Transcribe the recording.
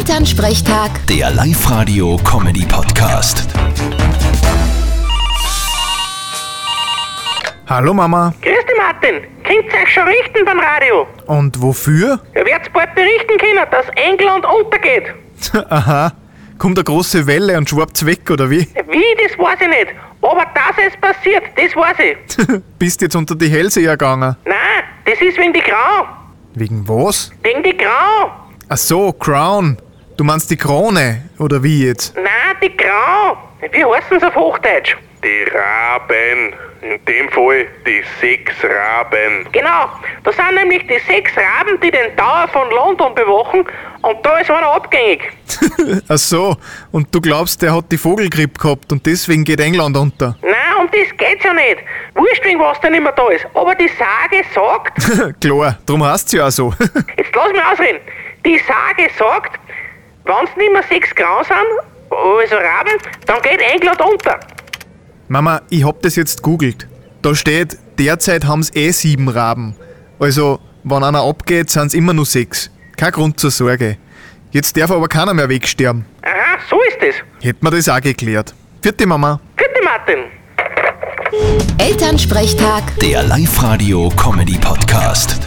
Elternsprechtag, Der Live-Radio-Comedy-Podcast. Hallo Mama. Grüß dich, Martin. Könnt ihr euch schon richten beim Radio? Und wofür? Ihr werdet bald berichten können, dass England untergeht. Aha. Kommt eine große Welle und schwappt's weg, oder wie? Wie, das weiß ich nicht. Aber dass es passiert, das weiß ich. Bist jetzt unter die Hälse gegangen. Nein, das ist wegen die Grau. Wegen was? Wegen die Grau. Ach so, Crown. Du meinst die Krone, oder wie jetzt? Nein, die Grau. Wie heißen sie auf Hochdeutsch? Die Raben. In dem Fall die sechs Raben. Genau, das sind nämlich die sechs Raben, die den Tower von London bewachen und da ist einer abgängig. Ach so, und du glaubst, der hat die Vogelgrippe gehabt und deswegen geht England unter. Nein, um das geht's ja nicht. Wurscht, wegen was da nicht mehr da ist. Aber die Sage sagt, Klar, drum heißt's ja auch so. Jetzt lass mich ausreden. Die Sage sagt, wenn's nicht mehr sechs Grau sind, also Raben, dann geht England unter. Mama, ich hab das jetzt googelt. Da steht, derzeit haben's eh sieben Raben. Also, wenn einer abgeht, sind's immer nur sechs. Kein Grund zur Sorge. Jetzt darf aber keiner mehr wegsterben. Aha, so ist es. Hätten wir das auch geklärt. Vierte Mama. Bitte, Martin. Elternsprechtag. Der Live-Radio-Comedy-Podcast.